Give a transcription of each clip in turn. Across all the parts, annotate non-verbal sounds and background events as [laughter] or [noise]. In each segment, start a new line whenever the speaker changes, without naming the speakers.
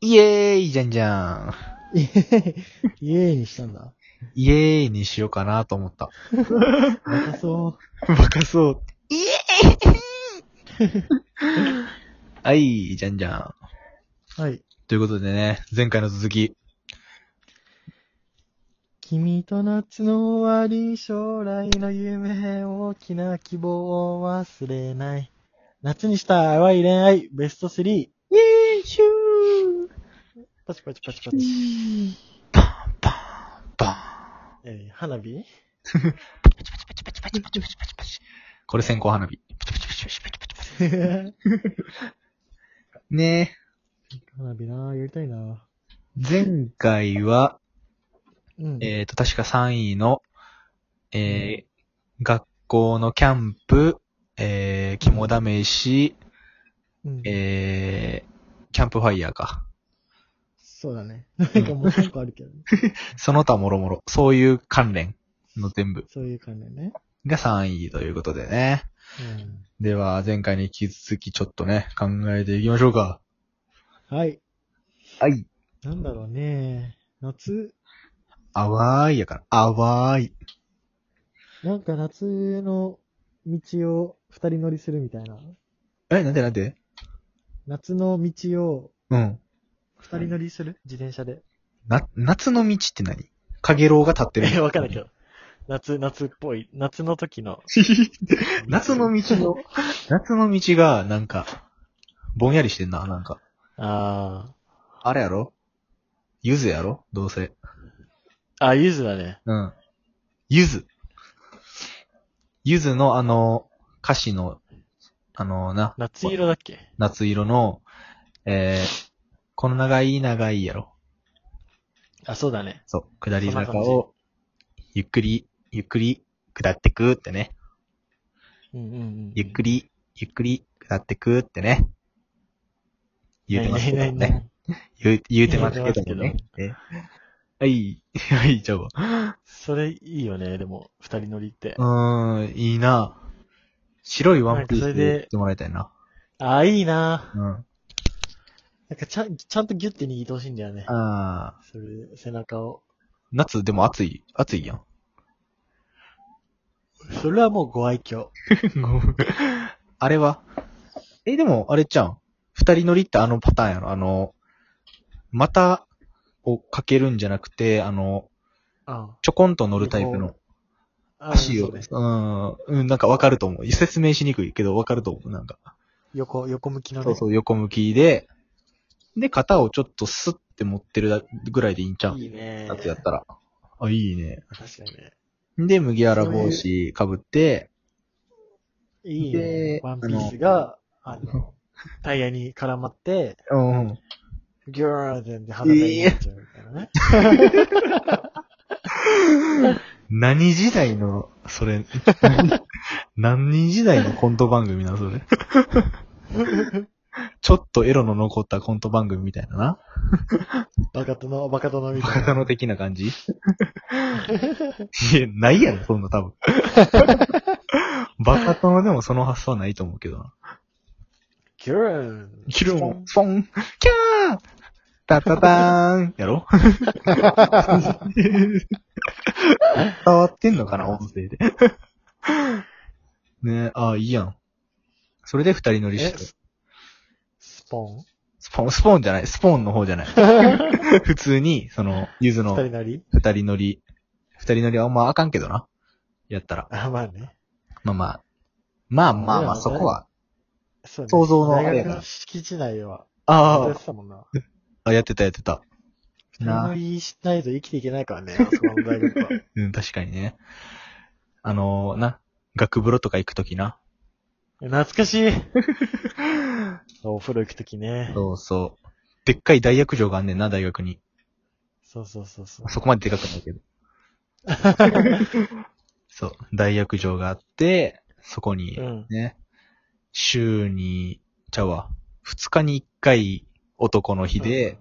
イエーイじゃんじゃん。
[laughs] イエーイイエーイにしたんだ。
イエーイにしようかなと思った。
若そ
バカそう。イエ [laughs] ーイはい、じゃんじゃん。
う。はい。
ということでね、前回の続き。
君と夏の終わり、将来の夢、大きな希望を忘れない。夏にした淡い恋愛、ベスト3。
イエーイシュ
パチパチパチパチ。
ーパンパンパン。
えー花
[laughs]
火
パチパチパチパチパチパチパチパチパチ。これ線香花火。パチパチパチパチパチパチパチ。
花
ねえ。
火なぁ、やりたいな
前回は、
ぁ。うん。
えーと、確か3位の、えー、学校のキャンプ、えー、肝試し、
うん
えー、キャンプファイヤーか。
そうだね。なんかもう3個あるけど、ね、
その他もろもろ、そういう関連の全部
そういう感じだね。
が3位ということでね。では、前回に引き続きちょっとね、考えていきましょうか。
うん。はい。
はい。
なんだろうね。夏、
淡いやから、淡い。
なんか夏の道を二人乗りするみたいな。
え、なんでなんで
夏の道を
うん。
二人乗りする自転車で。
な、夏の道って何かげろうが立ってる。
え、わかんないけど。夏、夏っぽい。夏の時の。
夏の道の、夏の道が、なんか、ぼんやりしてんな、なんか。
あ
あれやろゆずやろどうせ。
あ。あ、ゆずだね。
うん。ゆず。ゆずのあの、歌詞の、あのな、
夏色だっけ
夏色の、えー、この長い長いやろ。
あ、そうだね。
そう、下り坂
そんな感
を、ゆっくり、ゆっくり、下ってくってね。
うんうんうん。
ゆっく
り
り、ゆっくり、下ってくってね。言うてますけどね。言う、言うてますけどね。ねはい、 [laughs] はい、じゃあ。
それいいよね、でも、二人乗りって。
うーん、いいな白いワンピー
な
ス
んかそれで
で着てもらいたいな。
ああ、いいな
うん。
なんかちゃん、ちゃんとギュッて握ってほしいんだよね。
あー
それ、背中を。
夏でも暑い、暑 [laughs] いやん。
それはもうご愛嬌。
あれはえ、でも、あれちゃん。二人乗りってあのパターンやろあの、またをかけるんじゃなくて、あの、
あ
ちょこんと乗るタイプの。
あ。
足
そ
を
うね。
うん、うん、なんかわかると思う。説明しにくいけどわかると思う。なんか。
横、横向きのね。
そうそう、横向きで、で、肩をちょっとスッて持ってるだぐらいでいいんちゃう
いいね。
夏やったら。あ、いいね。
確かにね。
で、麦わら帽子かぶって、
いい
で
ね。ワンピースが、あの、タイヤに絡まって、
うん。
ギューってんで裸になっちゃうみたいなね。
何時代の、それ、 [laughs] 何時代のコント番組な、それ。 [laughs] ちょっとエロの残ったコント番組みたいなな。
バカ殿、バカ殿み
バ
た
カ
いな。
の的な感じいや、ないやろ、そんな多分。 [laughs] バカ殿でもその発想はないと思うけどな。
ギューン。
キルン、フォン、キャータタターンやろ伝わってんのかな、音声で。ねえ、ああ、いいやん。それで二人乗りし
え
て。
ススポン
スポン、スポンじゃない、スポンの方じゃない。普通に、その、ゆず
二
の
人なり
二人乗り。二人乗りはまああかんけどな。やったら。
あ、まあね。
まあまあ。まあまあまあ、
いや
そこは。
そうね。
想像のあれや
大学
から
の敷地内は、やっ
あ
てたもんな。
あ、やってたやってた。
二人乗りしないと生きていけないからね、あそこの大学は。
[laughs] うん、確かにね。あのーな、学風呂とか行くときな。
懐かしい。お風呂行くときね。
そうそう。でっかい大浴場があんねんな、大学に。
そうそうそ
[laughs]
うそう。
そこまででかくないけど。
[laughs]
そう。大浴場があって、そこに、
うん
ね、週に、ちゃうわ、二日に一回男の日で、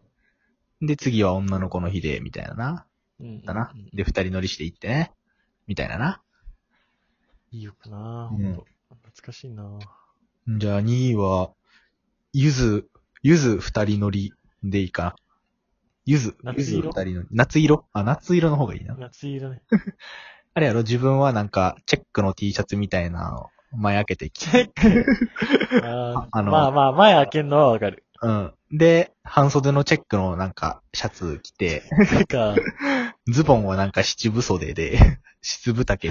で、次は女の子の日で、みたいなな。
うん、
だな
うん。
で、二人乗りして行ってね。みたいなな。
いいよくな
う
ぁ、
ん
ほんと懐かしいなぁ。
じゃあ、2位は、ゆず、ゆず二人乗りでいいかな。ゆず。
夏
ゆず
色
二人の。夏色あ、夏色の方がいいな。
夏色ね。
あれやろ、自分はなんか、チェックの T シャツみたいなのを前開けてき
チ
て。
ェック。あ
[laughs] あ
あ
の
まあまあ、前開けんのはわかる。 [laughs]
うん。で、半袖のチェックのなんか、シャツ着て、
なんか、
ズボンはなんか七分袖で、 [laughs] 七分丈。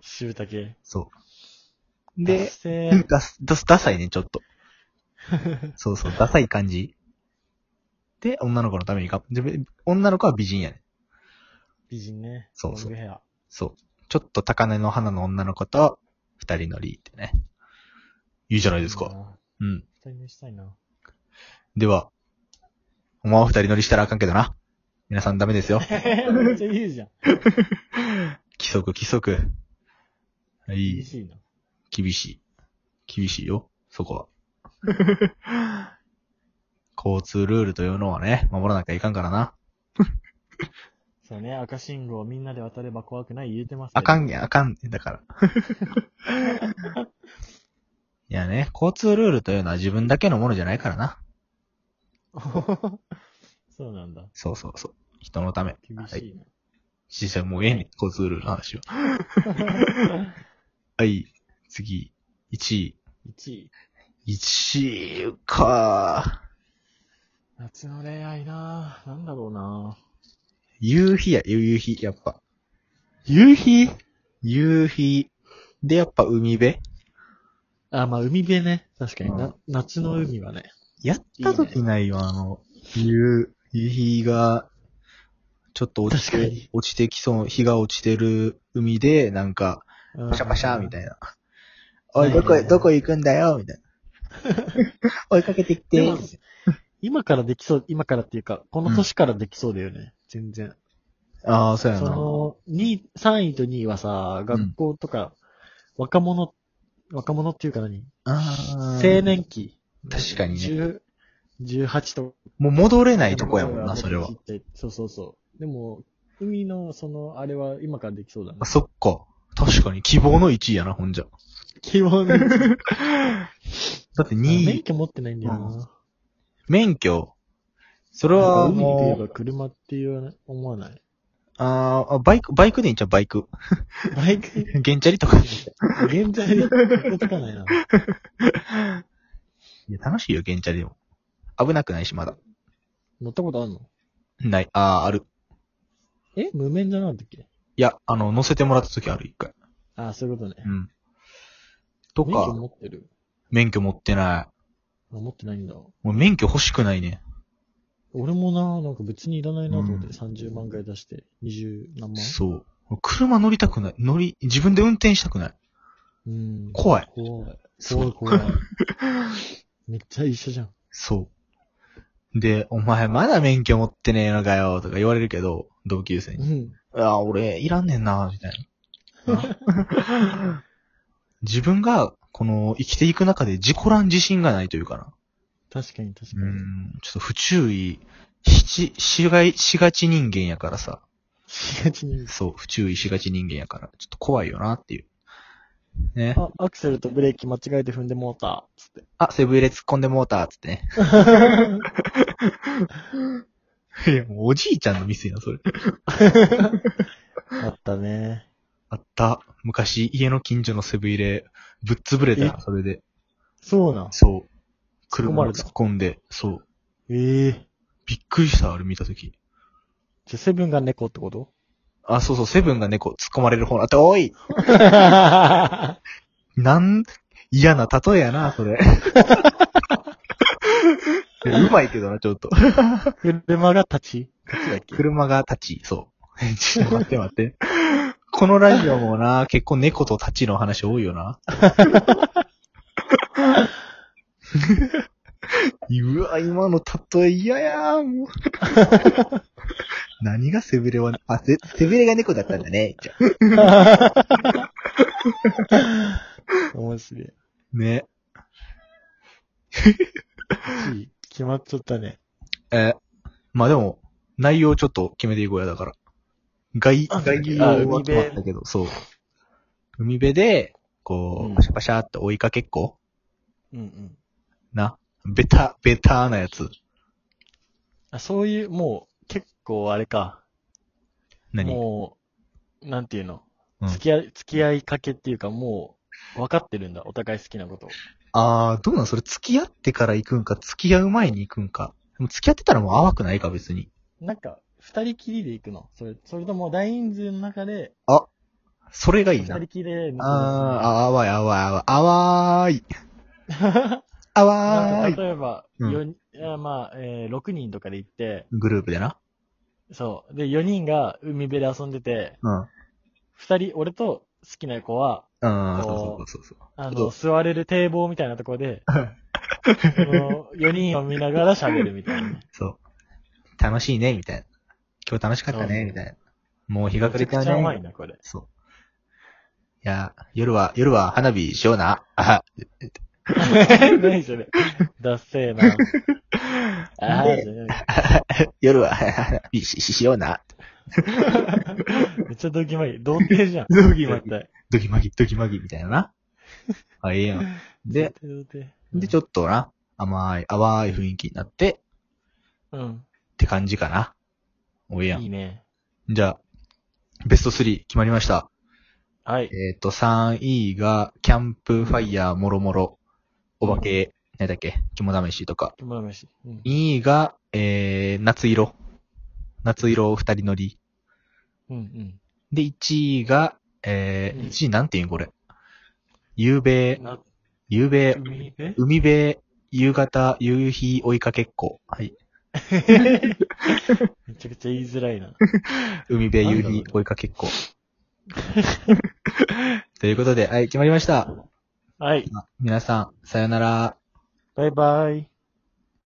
しぶたけ。
そう。で、[laughs]
せ
うんダス、ダス、ダサいね、ちょっと。そうそう、ダサい感じ。で、女の子のためにか、自分女の子は美人やね。
美人ね。
そうそう
ロングヘア。
そう。ちょっと高嶺の花の女の子と、二人乗りってね。いいじゃないですか。
か。
うん。
二人目したいな。 [laughs]
では、お前は二人乗りしたらあかんけどな。皆さんダメですよ。
めっちゃ言うじゃん。
規則、規則。は
厳
い、
しいな。
厳しい。厳しいよ、そこは。 [laughs] 交通ルールというのはね、守らなきゃいかんからな。
そうね、赤信号みんなで渡れば怖くない言うてますけど
あかんや、あかんね、だから。 [laughs] いやね、交通ルールというのは自分だけのものじゃないからな。
[laughs] そうなんだ。
そうそうそう。人のため。
厳
はい。
しいな。
実際もうええねん、交通ルールの話は。
[laughs]
はい、次、1位。
1位。
1位か。
夏の恋愛なぁ。なんだろうな
夕日や、夕日、やっぱ。夕日夕日。で、やっぱ海辺
ぁ。あ、まあ海辺ね。確か
にな
夏の海はね。
やった時ないよ、あの、夕、夕日が、ちょっと落ち
確か
て
に、
落ちてきそう、日が落ちてる海で、なんか、パシャパシャ、みたいな。おい、どこ、どこ行くんだよ、み
[laughs]
たいな。追いかけてきて。
でも今からできそう、今からっていうか、この年からできそうだよね。全然。
ああ、そうや
そ
な。
の、2位、3位と2位はさ、学校とか、若者、若者っていうか何
あ
青
ー
年期。
確かにね
10 18と
もう戻れないとこやもんな、それは。。
そうそうそう。でも、海の、その、あれは今からできそうだね
あ、。そっか。確かに、希望の1位やな、ほんじゃ。
希望の位置。
だって2
免
位、
許持ってないんだよな。
免許。それは
なんか海といえ
も
ば
う、
車って言わない、思わない。
あーあ、バイク、バイクでいいんちゃうバイク。
バイク、
ゲンチャリとか。い
[laughs] 現在で追つかないな。
や、楽しいよ、ゲンチャリでも。危なくないし、まだ。
乗ったことあるの
ない、ああ、ある。
え無免じゃなかったっけ
いや、あの、乗せてもらった時ある、一回。
ああ、そういうことね
う。ん。と
免許
か、
持ってる
免許持ってな
あ持ってないんだ。
い。もう免許欲しくないね。
俺もな、なんか別にいらないなと思って、
うん
30万回出して、20何万
そう。車乗りたくない。乗り、自分で運転したくない。
うん。
怖い。
怖い。
そ
怖
う
い怖い。 [laughs] めっちゃ一緒じゃん。
そう。で、お前まだ免許持ってねえのかよ、とか言われるけど、同級生
う
に。
ん。
あ、俺、いらんねんな、
[laughs]
みたいな。自分が、この、生きていく中で事故らん自信がないというかな。
確かに確か
う
に。
ん、ちょっと不注意し、しがい、しがち人間やからさ。
しがちに。
そう、不注意しがち人間やから、ちょっと怖いよなっていう。ね。
あ、アクセルとブレーキ間違えて踏んでもうた。つって。
あ、セブン入れ突っ込んでもうた、つってね。 [laughs] いや、もうおじいちゃんのミスやん、それ。
[laughs] あったね。
あった。昔、家の近所のセブン入れ、ぶっ潰れたよ、それで。
そうなん。
そう。
突っ込
車
ま
を
れた
突っ込んで、そう。
ええ
びっくりした、あれ見たとき。
じゃあ、セブンが猫ってこと
あ、そうそう、セブンが猫突っ込まれる方なって、おいなん、嫌な例えやな、それ。いやうまいけどな、ちょっと。
車が立ち立ちだっけ
車が立ち、そう。ちょっと待って待って。このラジオもな、結構猫と立ちの話多いよな。うわ、今の例え嫌やもう。何が背びれは、あ、せ背びれが猫だったんだね。じゃあ
面白い。
ね。
いい決まっちゃったね。
え、まあでも、内容ちょっと決めていこうや、だから。外、
あ
外遊
あ
は
海
終わっ
辺
たけど、そう。海辺で、こう、
うん
パシャパシャって追いかけっこ
うんうん。
な。ベタ、ベターなやつ。
あそういう、もう、結構あれか。
何
もう、なんていうの、
うん
付き合い、付き合いかけっていうか、もう、分かってるんだ。お互い好きなことを。
あー、どうなんそれ付き合ってから行くんか、付き合う前に行くんか。でも付き合ってたらもう淡くないか、別に。
なんか、二人きりで行くのそれ、それとも大人数の中で、
それがい
二
いな
人。きりで。あ
あー、あ淡い、淡い、
な [laughs]
淡い。淡い。
んか例えば、
うん
四人いやまあ、えー、6人とかで行って、
グループでな。
そう。で、4人が海辺で遊んでて、
うん。うん、
2人、俺と好きな子は、
そうそうそうそう。
あ
そ
の、
う
座れる堤防みたいなところで、その4人を見ながら喋るみたいな。
そう。楽しいね、みたいな。今日楽しかった
う
ね、
ん
みたいな。もう日が
め
暮
ちゃ
れ
く
た
ちゃうまい
ね。
な、これ。
そう。いや、夜は、夜は花火しような。あ
何それ。ダッセ
[laughs]
ーな。あー
で
じゃない
夜は [laughs] 花火しししような。
めっちゃドキマギ。童貞じゃん。
ドキマギ
絶対。
ドギマギ、ドギマギ、みたいな
[laughs]
な。あ、ええやん。で、
絶対童貞、
で、ちょっとな、甘い、淡い雰囲気になって、っ
うん。
て感じかな。おええや
いいね。
ん。じゃあ、ベスト3決まりました。
はい。
えっ、と、3位が、キャンプファイヤーもろもろ、お化け、何だっけ、肝試しとか。
肝試し。うん。
2位が、えー、夏色。夏色二人乗り。
うんうん。
で、1位が、え
うん
ー、1位なんていうんこれ。夕べ、
な
夕べ、
海辺
海辺、夕方、夕日追いかけっこ。はい。
めちゃくちゃ言いづらいな。
海辺、夕日追いかけっ
[laughs]
こ。ということで、はい、決まりました。
はい。
皆さん、さよなら。
バイバイ。